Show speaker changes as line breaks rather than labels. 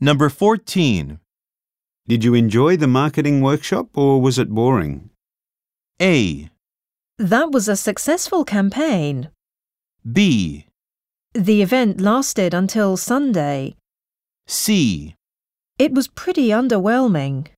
Number 14.
Did you enjoy the marketing workshop or was it boring?
A.
That was a successful campaign.
B.
The event lasted until Sunday.
C.
It was pretty underwhelming.